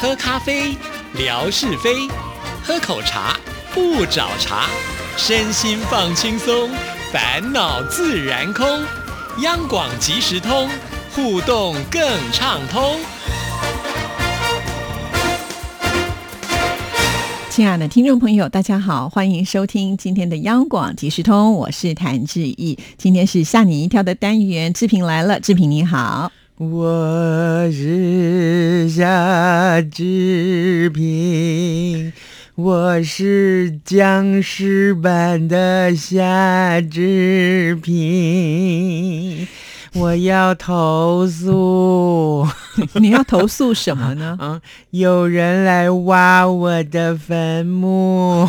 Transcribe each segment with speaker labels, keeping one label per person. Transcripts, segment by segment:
Speaker 1: 喝咖啡，聊是非；喝口茶，不找茬。身心放轻松，烦恼自然空。央广即时通，互动更畅通。
Speaker 2: 亲爱的听众朋友，大家好，欢迎收听今天的央广即时通，我是谭志毅。今天是吓你一跳的单元，志平来了，志平你 好。
Speaker 3: 我是夏志平，我是僵尸版的夏志平，我要投诉。
Speaker 2: 你要投诉什么 呢？
Speaker 3: 啊！有人来挖我的坟墓，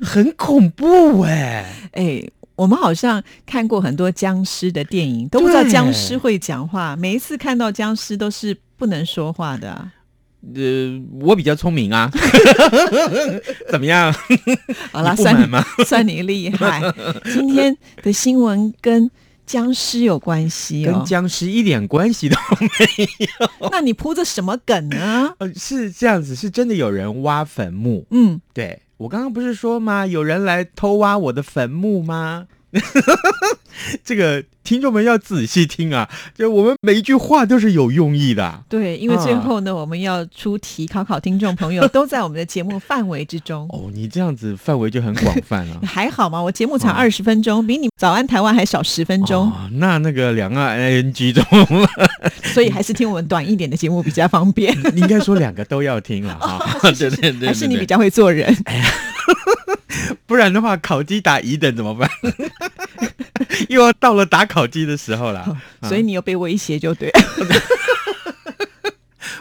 Speaker 3: 很恐怖哎、
Speaker 2: 哎，我们好像看过很多僵尸的电影，都不知道
Speaker 3: 对
Speaker 2: 僵尸会讲话。每一次看到僵尸都是不能说话的 啊、
Speaker 3: 呃，我比较聪明啊， 怎么样？
Speaker 2: 好啦，
Speaker 3: 你不
Speaker 2: 算
Speaker 3: 满吗
Speaker 2: 你算你厉 害。今天的新闻跟僵尸有关系
Speaker 3: 跟
Speaker 2: 哦。
Speaker 3: 僵尸一点关系都
Speaker 2: 那你铺着什么梗呢？
Speaker 3: 呃，是这样子，是真的有人挖坟墓。
Speaker 2: 嗯，
Speaker 3: 对我刚刚不是说吗？有人来偷挖我的坟墓吗？ 这个听众们要仔细听啊，就我们每一句话都是有用意的啊。
Speaker 2: 对，因为最
Speaker 3: 啊
Speaker 2: 后呢，我们要出题考考听众朋友，都在我们的节目范围之中。。
Speaker 3: 哦，你这样子范围就很广泛了
Speaker 2: 还好吗？我节目才
Speaker 3: 哦
Speaker 2: 二十分钟，比你早安台湾还少十分钟，
Speaker 3: 哦，那那个两岸 ING 中，
Speaker 2: 所以还是听我们短一点的节目比较方便。
Speaker 3: 你应该说两个都要听了 哈。 对对对对，
Speaker 2: 还是你
Speaker 3: 对
Speaker 2: 比，较会做人？
Speaker 3: 不然的话，烤鸡打乙等怎么办？ 又要到了打烤鸡的时候了。啊
Speaker 2: 所以你有被威胁就对。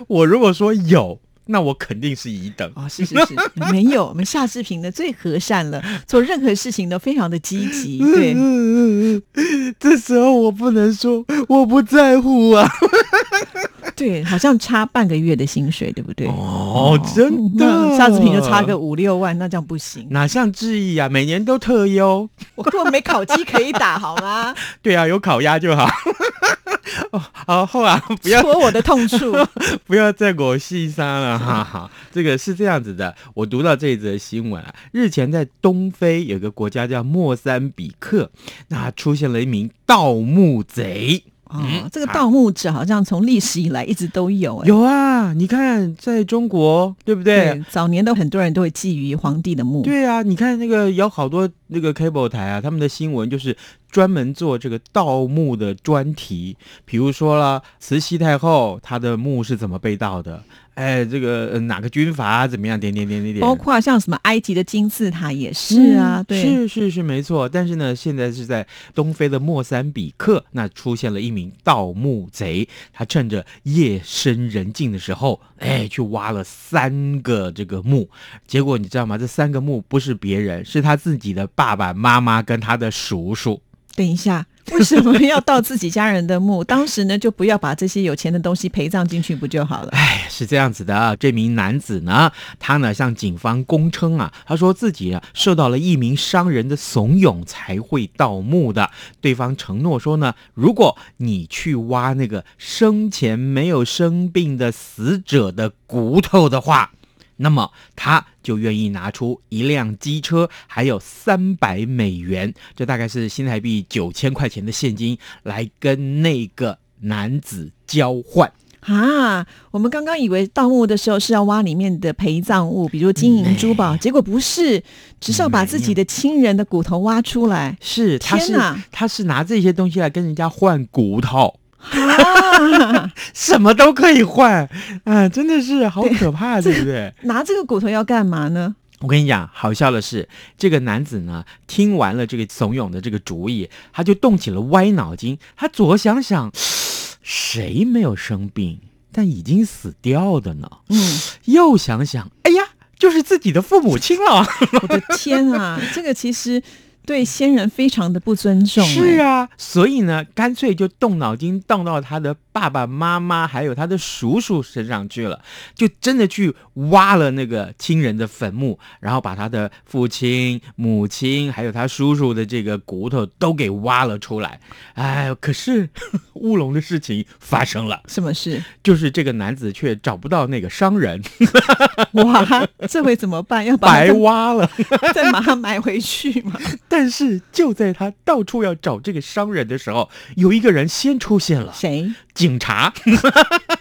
Speaker 3: 我如果说有，那我肯定是乙等。
Speaker 2: 哦，是是是，没有，我们夏志平呢最和善了，做任何事情都非常的积极。对，
Speaker 3: 嗯，这时候我不能说我不在乎啊。
Speaker 2: 对，好像差半个月的薪水，对不对？
Speaker 3: 哦，真的，哦
Speaker 2: 那夏志平就差个五六万，那这样不行。
Speaker 3: 哪像志毅啊，每年都特优。
Speaker 2: 我根本没烤鸡可以打，好吗？
Speaker 3: 对啊，有烤鸭就好。哦，好后啊，不要
Speaker 2: 戳我的痛 处。哦
Speaker 3: 不要再给我细沙了，哈哈。这个是这样子的，我读到这一则新闻啊，日前在东非有个国家叫莫桑比克，那出现了一名盗墓贼。
Speaker 2: 哦，这个盗墓者好像从历史以来一直都有、哎，
Speaker 3: 嗯有啊，你看在中国，对不对？
Speaker 2: 对，早年的很多人都会觊觎皇帝的墓。
Speaker 3: 对啊，你看那个有好多那个 cable 台啊，他们的新闻就是专门做这个盗墓的专题，比如说啦，慈禧太后她的墓是怎么被盗的，哎，这个、呃哪个军阀、啊、怎么样，点点点点点，
Speaker 2: 包括像什么埃及的金字塔也是啊，
Speaker 3: 嗯
Speaker 2: 对，
Speaker 3: 是是是没错。但是呢，现在是在东非的莫桑比克，那出现了一名盗墓贼，他趁着夜深人静的时候，哎，去挖了三个这个墓。结果你知道吗？这三个墓不是别人，是他自己的爸爸妈妈跟他的叔叔。
Speaker 2: 等一下， 为什么要盗自己家人的墓？ 当时呢，就不要把这些有钱的东西陪葬进去，不就好 了？
Speaker 3: 哎，是这样子的啊，这名男子呢，他呢向警方供称啊，他说自己啊受到了一名商人的怂恿才会盗墓的。对方承诺说呢，如果你去挖那个生前没有生病的死者的骨头的话， 那么他就愿意拿出一辆机车，还有三百美元，这大概是新台币九千块钱的现金，来跟那个男子交换。
Speaker 2: 啊，我们刚刚以为盗墓的时候是要挖里面的陪葬物，比如金银珠宝，结果不是，只是要把自己的亲人的骨头挖出来。
Speaker 3: 是，他
Speaker 2: 天
Speaker 3: 是
Speaker 2: 哪
Speaker 3: 他是拿这些东西来跟人家换骨头，
Speaker 2: 啊，
Speaker 3: 什么都可以换，啊，真的是好可怕， 对不对？
Speaker 2: 拿这个骨头要干嘛呢？
Speaker 3: 我跟你讲，好笑的是，这个男子呢，听完了这个怂恿的这个主意，他就动起了歪脑筋，他左想想，谁没有生病但已经死掉的呢？
Speaker 2: 嗯，
Speaker 3: 右想想，哎呀，就是自己的父母亲了。
Speaker 2: 我的天啊，这个其实对先人非常的不尊重、
Speaker 3: 是
Speaker 2: 啊，
Speaker 3: 啊，所以呢，干脆就动脑筋动到他的爸爸妈妈还有他的叔叔身上去了，就真的去挖了那个亲人的坟墓，然后把他的父亲、母亲还有他叔叔的这个骨头都给挖了出来。哎，可是 乌龙的事情发生了，
Speaker 2: 什么事？
Speaker 3: 就是这个男子却找不到那个商人，
Speaker 2: 哇，这回怎么办？要把
Speaker 3: 白
Speaker 2: 它
Speaker 3: 挖了。
Speaker 2: 再再把它埋回去吗？
Speaker 3: 但是就在他到处要找这个商人的时候，有一个人先出现了。
Speaker 2: 谁？
Speaker 3: 警察，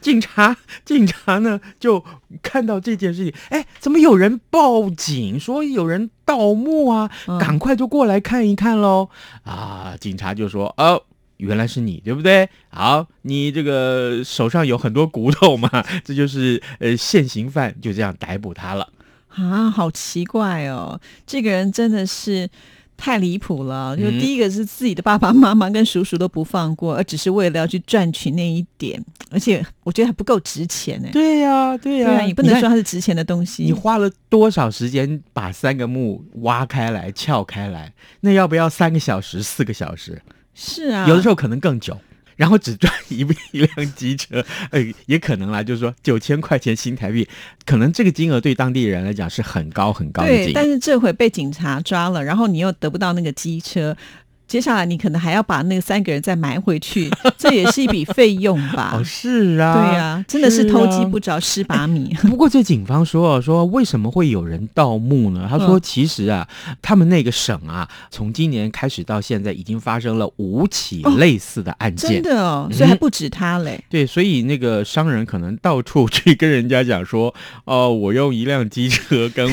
Speaker 3: 警察，警察呢就看到这件事情，哎，怎么有人报警说有人盗墓啊？
Speaker 2: 嗯
Speaker 3: 赶快就过来看一看喽！啊，警察就说，哦。原来是你，对不对？好，你这个手上有很多骨头嘛，这就是呃现行犯，就这样逮捕他了。
Speaker 2: 啊，好奇怪哦，这个人真的是太离谱了。就
Speaker 3: 嗯
Speaker 2: 第一个是自己的爸爸妈妈跟叔叔都不放过，而只是为了要去赚取那一点，而且我觉得还不够值钱呢。欸
Speaker 3: 对呀、对
Speaker 2: 对啊，
Speaker 3: 呀、
Speaker 2: 你不能
Speaker 3: 看
Speaker 2: 说它是值钱的东
Speaker 3: 你
Speaker 2: 西。
Speaker 3: 花了多少时间把三个墓挖开来、撬开来？那要不要三个小时、四个小时？
Speaker 2: 是啊，
Speaker 3: 有的时候可能更久。然后只赚一一辆机车，呃，也可能啦，就是说九千块钱新台币，可能这个金额对当地人来讲是很高很高的金
Speaker 2: 对，但
Speaker 3: 额。
Speaker 2: 是这回被警察抓了，然后你又得不到那个机车，接下来你可能还要把那三个人再埋回 去，这也是一笔费用吧？
Speaker 3: 哦，是啊，
Speaker 2: 对呀、真的是偷鸡
Speaker 3: 啊
Speaker 2: 不着蚀把米。
Speaker 3: 不过这警方说哦说为什么会有人盗墓呢？他说
Speaker 2: 嗯
Speaker 3: 其实啊，他们那个省啊，从今年开始到现在已经发生了五起
Speaker 2: 哦
Speaker 3: 类似的案件
Speaker 2: 真。的哦，
Speaker 3: 嗯
Speaker 2: 所以还不止他 嘞。
Speaker 3: 对，所以那个商人可能到处 去跟人家讲说，哦、我用一辆机车跟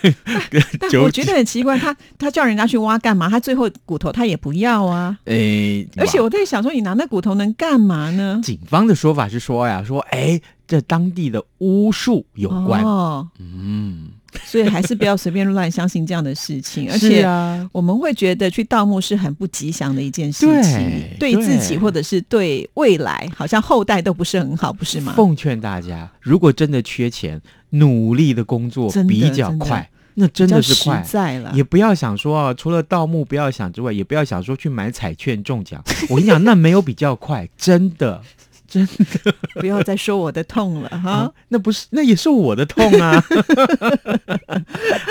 Speaker 3: 跟跟
Speaker 2: 但
Speaker 3: 九
Speaker 2: 我觉得很奇怪，他他叫人家去挖干嘛？他最后骨头他也不要啊。
Speaker 3: 诶，
Speaker 2: 而且
Speaker 3: 哇
Speaker 2: 我在想说，你拿那骨头能干嘛呢？
Speaker 3: 哎警方的说法是说呀，说哎，这当地的巫术有关，
Speaker 2: 哦，
Speaker 3: 嗯，
Speaker 2: 所以还是不要随便乱相信这样的事 情。而
Speaker 3: 是
Speaker 2: 且
Speaker 3: 啊，
Speaker 2: 我们会觉得去盗墓是很不吉祥的一件事情，
Speaker 3: 对
Speaker 2: 对
Speaker 3: 对
Speaker 2: 自己或者是对未来，好像后代都不是很好，不是吗？
Speaker 3: 奉劝大家，如果真的缺钱，努力的工作
Speaker 2: 真的
Speaker 3: 比较
Speaker 2: 真的
Speaker 3: 快，那真的
Speaker 2: 比较
Speaker 3: 是快
Speaker 2: 实。在了
Speaker 3: 也。不要想说啊，除了盗墓不要想之外，也不要想说去买彩券中奖。我跟你讲，那没有比较快，真的。
Speaker 2: 不要再说我的痛 了哈
Speaker 3: 啊。，那不是，那也是我的痛 啊！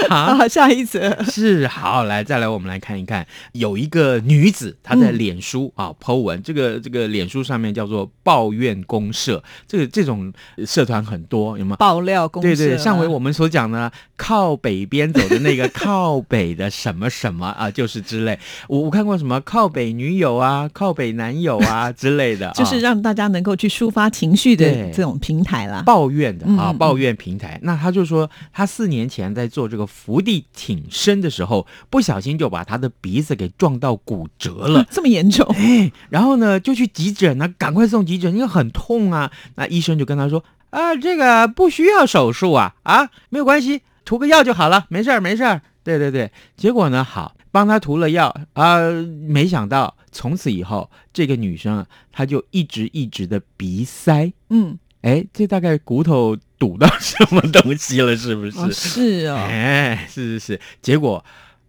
Speaker 3: 啊，
Speaker 2: 啊， 下一则，
Speaker 3: 是好，来再来，我们来看一看，有一个女子，她在
Speaker 2: 嗯
Speaker 3: 脸书啊 po 文，这个这个脸书上面叫做抱怨公社，这个这种呃社团很多，有没有？
Speaker 2: 爆料公社
Speaker 3: 对
Speaker 2: 啊。
Speaker 3: 对，上回我们所讲呢，靠北边走的那 个靠北的什么什么啊，就是之类。我我看过什么靠北女友啊、靠北男友啊之类的，
Speaker 2: 就是
Speaker 3: 啊
Speaker 2: 让大家能够去抒发情绪的
Speaker 3: 对
Speaker 2: 这种平台啦。
Speaker 3: 抱怨的啊，
Speaker 2: 嗯
Speaker 3: 抱怨平台。那他就说，他四年前在做这个伏地挺身的时候，不小心就把他的鼻子给撞到骨折了。
Speaker 2: 这么 严重，
Speaker 3: 哎，然后呢就去急诊啊，赶快送急诊，因为很痛啊。那医生就跟他说啊，这个不需要手术啊，啊，没有关系，涂个药就好了，没事儿，没事儿。对对对，结果呢，好，帮他涂了药啊、没想到从此以后，这个女生啊，她就一直一直的鼻塞，
Speaker 2: 嗯，
Speaker 3: 哎，这大概骨头堵到 什么东西了，是不是？
Speaker 2: 哦是哦，
Speaker 3: 哎，是是是，结果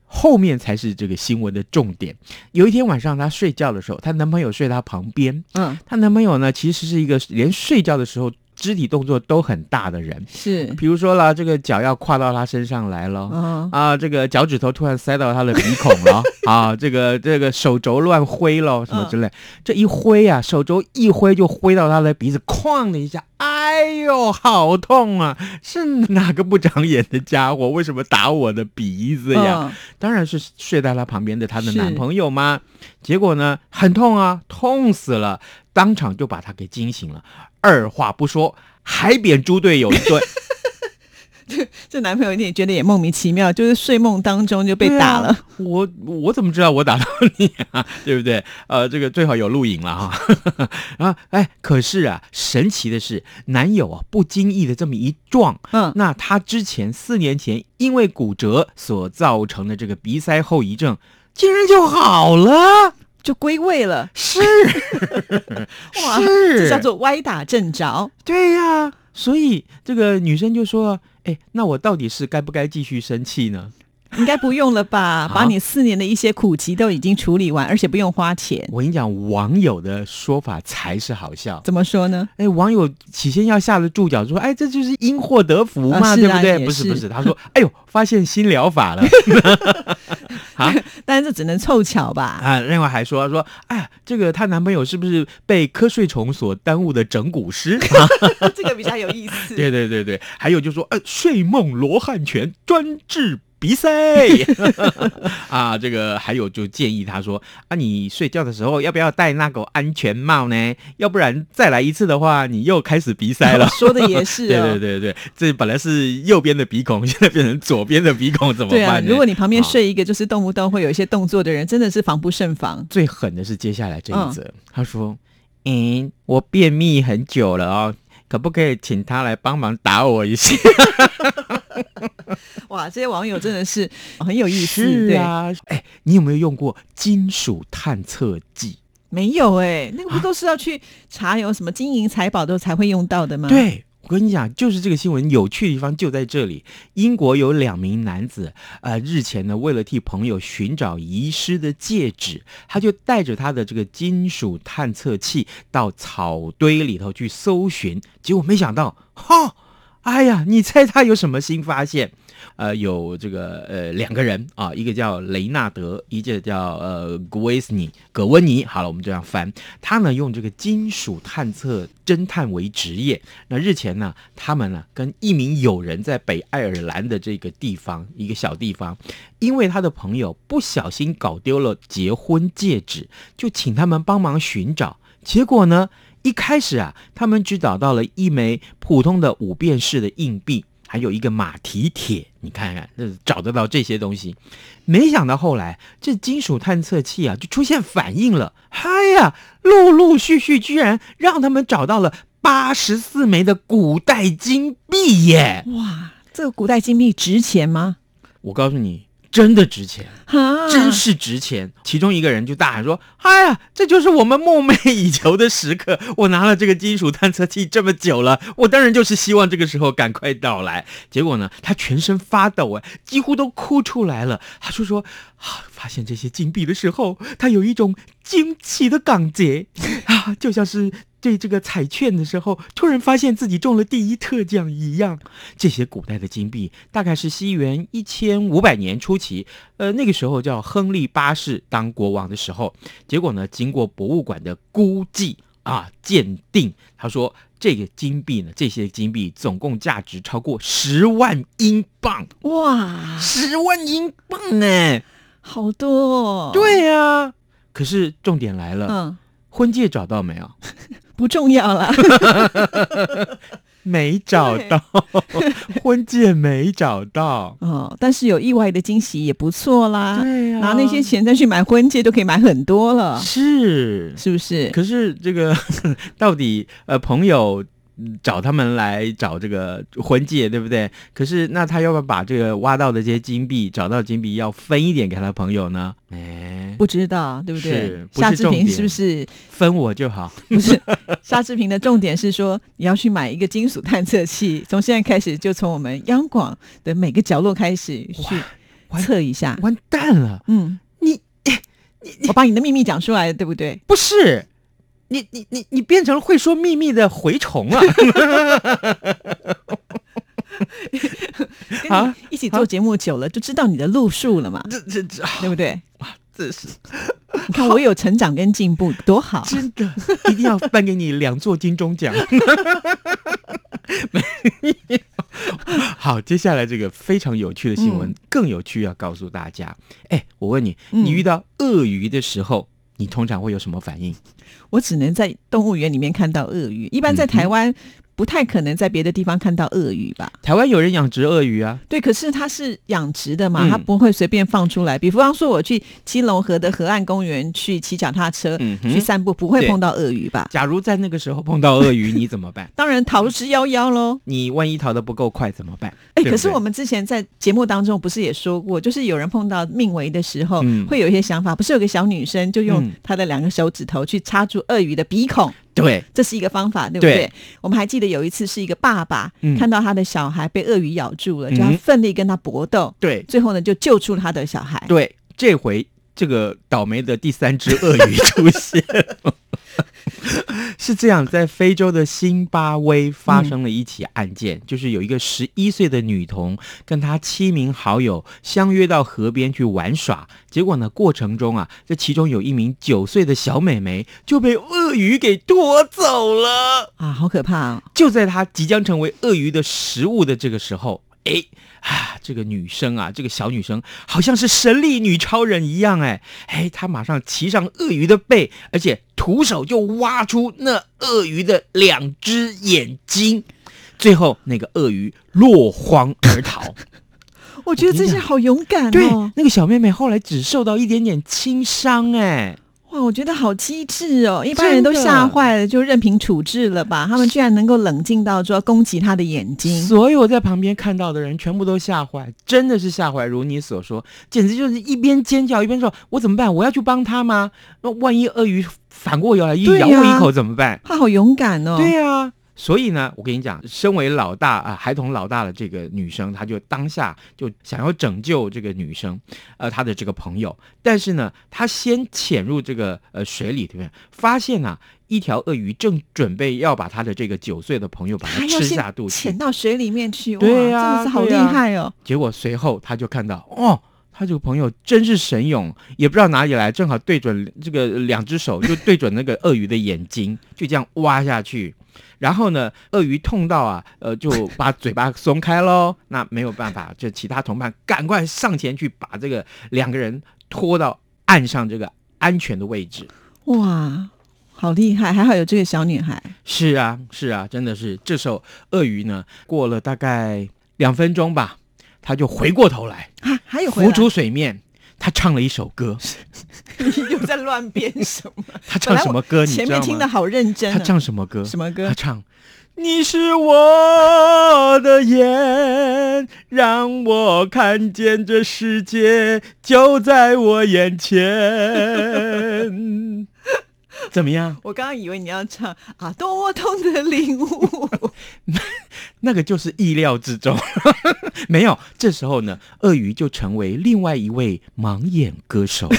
Speaker 3: 后面才是这个新闻的重点。有一天晚上，她睡觉的时候，她男朋友睡她旁边，
Speaker 2: 嗯，
Speaker 3: 她男朋友呢其实是一个连睡觉的时候肢体动作都很大的人，
Speaker 2: 是，
Speaker 3: 比如说啦，这个脚要跨到她身上来了。
Speaker 2: 嗯，
Speaker 3: 啊，这个脚趾头突然塞到她的鼻孔了啊，这个这个手肘乱挥了什么
Speaker 2: 嗯
Speaker 3: 之类，这一挥啊，手肘一挥就挥到她的鼻子，哐的一下，哎呦，好痛啊！是哪个不长眼的家伙，为什么打我的鼻子呀？
Speaker 2: 嗯，
Speaker 3: 当然是睡在她旁边的她的
Speaker 2: 是
Speaker 3: 男朋友嘛。结果呢，很痛啊，痛死了，当场就把她给惊醒了，二话不说，还扁猪队友一顿。
Speaker 2: 嗯 这男朋友一定也觉得也莫名其妙，就是睡梦当中就被
Speaker 3: 对
Speaker 2: 打了，
Speaker 3: 啊我我怎么知道我打到你啊？对不对？呃，这个最好有录影了哈。 啊，哎，可是啊，神奇的是，男友啊不经意的这么一撞，
Speaker 2: 嗯，
Speaker 3: 那他之前四年前因为骨折所造成的这个鼻塞后遗症，竟然就好了。
Speaker 2: 就归位了，
Speaker 3: 是，
Speaker 2: 哇，
Speaker 3: 是
Speaker 2: 这叫做歪打正着，
Speaker 3: 对呀、所以这个女生就说：“哎，那我到底是该不该继续生气呢？
Speaker 2: 应该不用了吧？
Speaker 3: 啊
Speaker 2: 把你四年的一些苦集都已经处理完，而且不用花钱，
Speaker 3: 我跟你讲，网友的说法才是好笑。
Speaker 2: 怎么说呢？
Speaker 3: 哎，网友起先要下得住脚，说：“哎，这就是因祸得福嘛，
Speaker 2: 啊是
Speaker 3: 对
Speaker 2: 啊
Speaker 3: 不对？”
Speaker 2: 也
Speaker 3: 不是
Speaker 2: 是
Speaker 3: 不是，他说：“哎呦，发现新疗法 了
Speaker 2: 当然这只能凑巧 吧。
Speaker 3: 啊！”另外还说说：“哎，这个她男朋友是不是被瞌睡虫所耽误的整蛊 师？”啊
Speaker 2: 这个比较有意思。
Speaker 3: 对对对对，还有就说：“呃，睡梦罗汉拳专治。” 鼻塞啊，这个还有就建议他说啊，你睡觉的时候要不要戴那个安全帽呢？要不然再来一次的话，你又开始鼻塞了。
Speaker 2: 说的也是、哦，
Speaker 3: 对对对对，这本来是右边的鼻孔， 现在变成左边的鼻孔，怎么
Speaker 2: 对啊
Speaker 3: 办，呢？
Speaker 2: 如果你旁边
Speaker 3: 好
Speaker 2: 睡一个就是动不动会有一些动作的人，真的是防不胜防。
Speaker 3: 最狠的是接下来这一则，他说：“嗯，我便秘很久了哦，可不可以请他来帮忙打我一下
Speaker 2: 哇，这些网友真的 是很有？”意思，
Speaker 3: 是
Speaker 2: 对，
Speaker 3: 啊，哎，你有没有用过金属探测剂？
Speaker 2: 没有哎、那个不
Speaker 3: 啊
Speaker 2: 都是要去查有什么金银财宝都才会用到的吗？，
Speaker 3: 对。我跟你讲，就是这个新闻有趣的地方就在这里。英国有两名男子，呃，日前呢，为了替朋友寻找遗失的戒指，他就带着他的这个金属探测器到草堆里头去搜寻，结果没想到，哈，哎呀，你猜他有什么新发现？呃，有这个呃两个人啊，一个叫雷纳德，一个叫呃格维斯尼葛温尼。好了，我们这样翻，他呢用这个金属探测侦探为职业。那日前呢，他们呢跟一名友人在北爱尔兰的这个地方一个小地方，因为他的朋友不小心搞丢了结婚戒指，就请他们帮忙寻找。结果呢，一开始啊，他们只找到了一枚普通的五便士的硬币，还有一个马蹄铁。你看看，这找得到这些东西。没想到后来，这金属探测器啊就出现反应了。嗨呀，陆陆续续居然让他们找到了八十四枚的古代金币耶！
Speaker 2: 哇，这个古代金币值钱吗？
Speaker 3: 我告诉你，真的值钱。
Speaker 2: 哈，
Speaker 3: 真是值钱！其中一个人就大喊说：“哎呀，这就是我们梦寐以求的时刻！我拿了这个金属探测器这么久了，我当然就是希望这个时候赶快到来。”结果呢，他全身发抖，哎，几乎都哭出来了。他就说：“啊，发现这些金币的时候，他有一种惊奇的感觉啊，就像是……”对这个彩券的时候，突然发现自己中了第一特奖一样，这些古代的金币大概是西元一千五百年初期，呃，那个时候叫亨利八世当国王的时候，结果呢，经过博物馆的估计啊鉴定，他说这个金币呢，这些金币总共价值超过十万英镑，
Speaker 2: 啊哇，
Speaker 3: 十万英镑呢？
Speaker 2: 好多、哦。，
Speaker 3: 对呀、可是重点来了，
Speaker 2: 嗯，
Speaker 3: 婚戒找到没有？
Speaker 2: 不重要 啦。
Speaker 3: 没找到， 婚戒没找 到。
Speaker 2: 哦，但是有意外的惊喜也不错啦。
Speaker 3: 对啊呀
Speaker 2: 啊拿那些钱再啊去买婚戒，都可以买很多了，
Speaker 3: 是
Speaker 2: 是不是？
Speaker 3: 可是这个 到底呃朋友。嗯找他们来找这个婚戒，对不对？可是那他要不要把这个挖到的这些金币，找到金币要分一点给他朋友呢？哎，
Speaker 2: 不知道，对不对
Speaker 3: 是？不是
Speaker 2: 夏志
Speaker 3: 重
Speaker 2: 平
Speaker 3: 点
Speaker 2: 是不是
Speaker 3: 分我就好。
Speaker 2: 不是 夏志平的重点是说，你要去买一个金属探测器，从现在开始就从我们央广的每个角落开始去
Speaker 3: 完
Speaker 2: 测一下。
Speaker 3: 完蛋了，
Speaker 2: 嗯，
Speaker 3: 你
Speaker 2: 我把你的秘密讲出来，对不对？
Speaker 3: 不是你你你你变成了会说秘密的蛔虫 了
Speaker 2: 跟你
Speaker 3: 啊
Speaker 2: 一起做节目久了，就知道你的路数了嘛，
Speaker 3: 这这这
Speaker 2: 对不对？
Speaker 3: 这是
Speaker 2: 你看我有成长跟进步，多好！啊
Speaker 3: 真的一定要颁给你两座金钟奖。 没有好，接下来这个非常有趣的新闻，
Speaker 2: 嗯
Speaker 3: 更有趣要告诉大家。哎，我问你，
Speaker 2: 嗯
Speaker 3: 你遇到鳄鱼的时候，你通常会有什么反应？
Speaker 2: 我只能在动物园里面看到鳄鱼，一般在
Speaker 3: 嗯哼
Speaker 2: 台湾不太可能在别的地方看到鳄鱼吧？
Speaker 3: 台湾有人养殖鳄鱼啊，
Speaker 2: 对，可是它是养殖的嘛，
Speaker 3: 嗯
Speaker 2: 它不会随便放出来。比方说，我去基隆河的河岸公园去骑脚踏车、
Speaker 3: 嗯哼
Speaker 2: 去散步，不会
Speaker 3: 对
Speaker 2: 碰到鳄鱼吧？
Speaker 3: 假如在那个时候碰到鳄鱼，你怎么办？
Speaker 2: 当然逃之夭夭喽。
Speaker 3: 你万一逃得不够快怎么办？
Speaker 2: 哎，
Speaker 3: 对不
Speaker 2: 可是
Speaker 3: 对
Speaker 2: 我们之前在节目当中不是也说过，就是有人碰到命危的时候，
Speaker 3: 嗯
Speaker 2: 会有一些想法。不是有个小女生就用
Speaker 3: 嗯
Speaker 2: 她的两个手指头去插住鳄鱼的鼻孔，
Speaker 3: 对，
Speaker 2: 这是一个方法，对不
Speaker 3: 对
Speaker 2: 对？我们还记得有一次是一个爸爸、
Speaker 3: 嗯
Speaker 2: 看到他的小孩被鳄鱼咬住了，
Speaker 3: 嗯
Speaker 2: 就他奋力跟他搏斗，
Speaker 3: 对，
Speaker 2: 最后呢就救出了他的小孩。
Speaker 3: 对，这回这个倒霉的第三只鳄鱼出现了是这样，在非洲的辛巴威发生了一起案件，就是有一个十一岁的女童跟她七名好友相约到河边去玩耍，结果呢，过程中啊，这其中有一名九岁的小美眉就被鳄鱼给拖走了。
Speaker 2: 啊，好可怕哦！
Speaker 3: 就在她即将成为鳄鱼的食物的这个时候，哎啊，这个女生啊，这个小女生好像是神力女超人一样，哎哎，她马上骑上鳄鱼的背，而且徒手就挖出那鳄鱼的两只眼睛，最后那个鳄鱼落荒而逃。
Speaker 2: 我觉得这
Speaker 3: 天
Speaker 2: 些
Speaker 3: 哪
Speaker 2: 好勇敢
Speaker 3: 对
Speaker 2: 哦，！
Speaker 3: 那个小妹妹后来只受到一点点轻伤，哎，
Speaker 2: 哇，我觉得好机智哦，一般人
Speaker 3: 真
Speaker 2: 都
Speaker 3: 的
Speaker 2: 吓坏了，就任凭处置了吧。他们居然能够冷静到说攻击他的眼睛，
Speaker 3: 所有在旁边看到的人全部都吓坏，真的是吓坏。如你所说，简直就是一边尖叫一边说：“我怎么办？我要去帮他吗？那万一鳄鱼反过来一
Speaker 2: 对呀
Speaker 3: 咬我一口怎么办
Speaker 2: 他好勇敢？”哦。
Speaker 3: 对呀、所以呢，我跟你讲，身为老大啊、孩童老大的这个女生，她就当下就想要拯救这个女生，呃，她的这个朋友。但是呢，她先潜入这个呃水里，对不对？发现啊，一条鳄鱼正准备要把她的这个九岁的朋友把
Speaker 2: 他
Speaker 3: 它
Speaker 2: 要
Speaker 3: 吃下
Speaker 2: 先
Speaker 3: 肚去
Speaker 2: 潜。到水里面去，哇，
Speaker 3: 对啊呀
Speaker 2: 真的是好
Speaker 3: 对
Speaker 2: 厉
Speaker 3: 呀
Speaker 2: 害哦！
Speaker 3: 结果随后他就看到，哦，他这个朋友真是神勇，也不知道哪里来，正好对准这个两只手就对准那个鳄鱼的眼睛， 就这样挖下去。然后呢，鳄鱼痛到啊，呃，就把嘴巴松开喽。 那没有办法，就其他同伴赶快上前去把这个两个人拖到岸上这个安全的位置。啊
Speaker 2: 哇，好厉害！还好有这个小女孩，
Speaker 3: 是啊，是啊，真的是。这时候鳄鱼呢，过了大概两分钟吧，它就回过头来，
Speaker 2: 啊，还有回
Speaker 3: 浮
Speaker 2: 来，
Speaker 3: 出水面，他唱了一首歌。
Speaker 2: 你 又在乱编什么？
Speaker 3: 他唱什么歌？你知
Speaker 2: 前
Speaker 3: 道
Speaker 2: 面听的
Speaker 3: 吗？
Speaker 2: 好认真、
Speaker 3: 他
Speaker 2: 啊，
Speaker 3: 唱什么歌？
Speaker 2: 什么歌
Speaker 3: 他？唱：“你是我的眼，让我看见这世界就在我眼 前。”怎么样？
Speaker 2: 我刚刚以为你要唱啊，多痛的领悟，
Speaker 3: 那个就是意料之中， 没有。这时候呢，鳄鱼就成为另外一位盲眼歌手。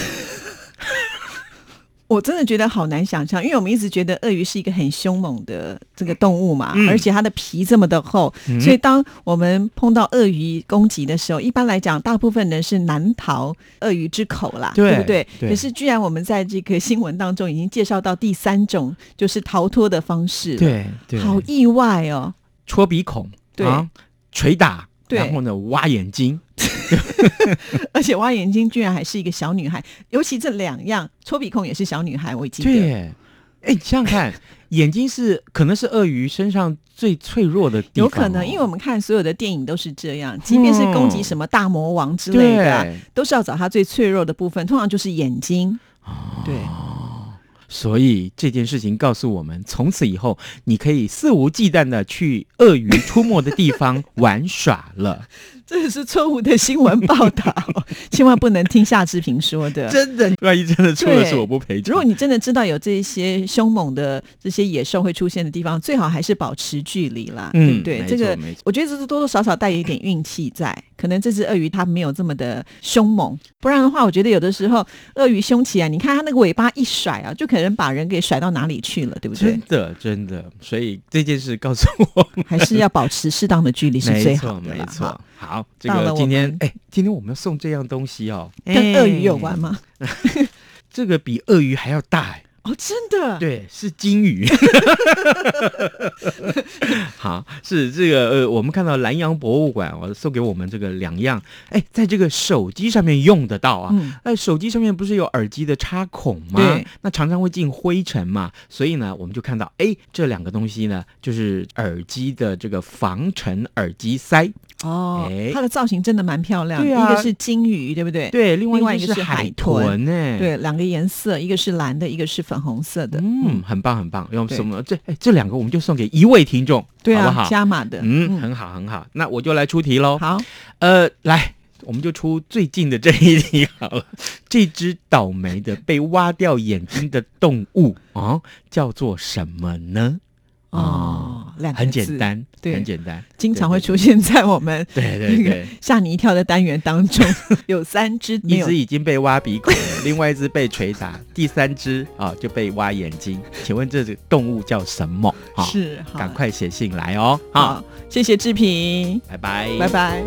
Speaker 2: 我真的觉得好难想象，因为我们一直觉得鳄鱼是一个很凶猛的这个动物嘛，
Speaker 3: 嗯
Speaker 2: 而且它的皮这么的厚，
Speaker 3: 嗯
Speaker 2: 所以当我们碰到鳄鱼攻击的时候，一般来讲，大部分人是难逃鳄鱼之口啦，
Speaker 3: 对
Speaker 2: 不对？
Speaker 3: 对
Speaker 2: 可是居然我们在这个新闻当中已经介绍到第三种，就是逃脱的方式，，
Speaker 3: 对对，
Speaker 2: 好意外哦，
Speaker 3: 戳鼻孔，
Speaker 2: 对
Speaker 3: 啊，捶打，
Speaker 2: 对
Speaker 3: 然后呢挖眼睛，
Speaker 2: 而且挖眼睛居然还是一个小女孩，尤其这两样，戳鼻孔也是小女孩，我记得。
Speaker 3: 对，哎，你想想看， 眼睛是可能是鳄鱼身上最脆弱的地方哦、嗯
Speaker 2: 有可能，因为我们看所有的电影都是这样，即便是攻击什么大魔王之类的啊、
Speaker 3: 对
Speaker 2: 都是要找他最脆弱的部分，通常就是眼睛。
Speaker 3: 哦
Speaker 2: 对，
Speaker 3: 所以这件事情告诉我们，从此以后你可以肆无忌惮的去鳄鱼出没的地方 玩耍了，
Speaker 2: 这是错误的新闻报 道， 千万不能听夏志平说的。
Speaker 3: 真的，万一真的出了事，
Speaker 2: 对
Speaker 3: 我不赔
Speaker 2: 如
Speaker 3: 偿
Speaker 2: 果。你真的知道有这些凶猛的这些野兽会出现的地方，最好还是保持距离啦，
Speaker 3: 嗯
Speaker 2: 对不对？
Speaker 3: 没
Speaker 2: 这
Speaker 3: 错
Speaker 2: 个
Speaker 3: 没错
Speaker 2: 我觉得这是多多少少带有一点运气在，可能这只鳄鱼它没有这么的凶猛，不然的话，我觉得有的时候鳄鱼凶起来，你看它那个尾巴一甩啊，就可能把人给甩到哪里去了，对不对
Speaker 3: 真？的，真的，所以这件事告诉我们，
Speaker 2: 还是要保持适当的距离是最
Speaker 3: 没
Speaker 2: 好
Speaker 3: 错，
Speaker 2: 的
Speaker 3: 没
Speaker 2: 啦
Speaker 3: 错
Speaker 2: 哈。
Speaker 3: 好，这
Speaker 2: 到了
Speaker 3: 个
Speaker 2: 我
Speaker 3: 今天
Speaker 2: 们，
Speaker 3: 哎，今天我们要送这样东西哦，
Speaker 2: 跟鳄鱼有关
Speaker 3: 哎？
Speaker 2: 吗？
Speaker 3: 这个比鳄鱼还要 大哎。
Speaker 2: 哦，真的，
Speaker 3: 对，是金鱼。 好，是这个呃，我们看到南洋博物馆，我送给我们这个两样，哎，在这个手机上面用得到啊。
Speaker 2: 嗯，
Speaker 3: 哎，手机上面不是有耳机的插孔吗
Speaker 2: 对？
Speaker 3: 那常常会进灰尘嘛，所以呢，我们就看到，哎，这两个东西呢，就是耳机的这个防尘耳机塞，
Speaker 2: 哦
Speaker 3: 哎，
Speaker 2: 它的造型真的蛮漂亮的，
Speaker 3: 对啊
Speaker 2: 一个是金鱼，对不对？
Speaker 3: 对，另
Speaker 2: 另外
Speaker 3: 外
Speaker 2: 一个
Speaker 3: 个
Speaker 2: 是
Speaker 3: 是
Speaker 2: 海
Speaker 3: 海
Speaker 2: 豚
Speaker 3: 豚，哎，
Speaker 2: 对，两个颜色，一个是蓝的，一个是粉红色的。
Speaker 3: 嗯，，很棒很棒。用
Speaker 2: 对
Speaker 3: 什么？这哎，这两个我们就送给一位听众，
Speaker 2: 对
Speaker 3: 好嗯
Speaker 2: 啊，
Speaker 3: 不好？
Speaker 2: 加码的。
Speaker 3: 嗯，很好很好。那我就来出题喽。
Speaker 2: 好，
Speaker 3: 呃，来，我们就出最近的这一题好了。这只倒霉的被挖掉眼睛的动物啊，叫做什么呢？
Speaker 2: 哦，两个
Speaker 3: 很
Speaker 2: 字
Speaker 3: 简，单，
Speaker 2: 对
Speaker 3: 很简单，
Speaker 2: 经常会出现在我们
Speaker 3: 对。对
Speaker 2: 那
Speaker 3: 对
Speaker 2: 个
Speaker 3: 对，
Speaker 2: 吓你一跳的单元当中， 有三只没
Speaker 3: 一
Speaker 2: 有
Speaker 3: 只已经被挖鼻孔了，另外一只被捶打，第三只啊就被挖眼睛。请问这只动物叫什么？啊，
Speaker 2: 是，好
Speaker 3: 赶快写信来哦！啊，
Speaker 2: 好，谢谢志平，
Speaker 3: 拜拜，
Speaker 2: 拜。拜。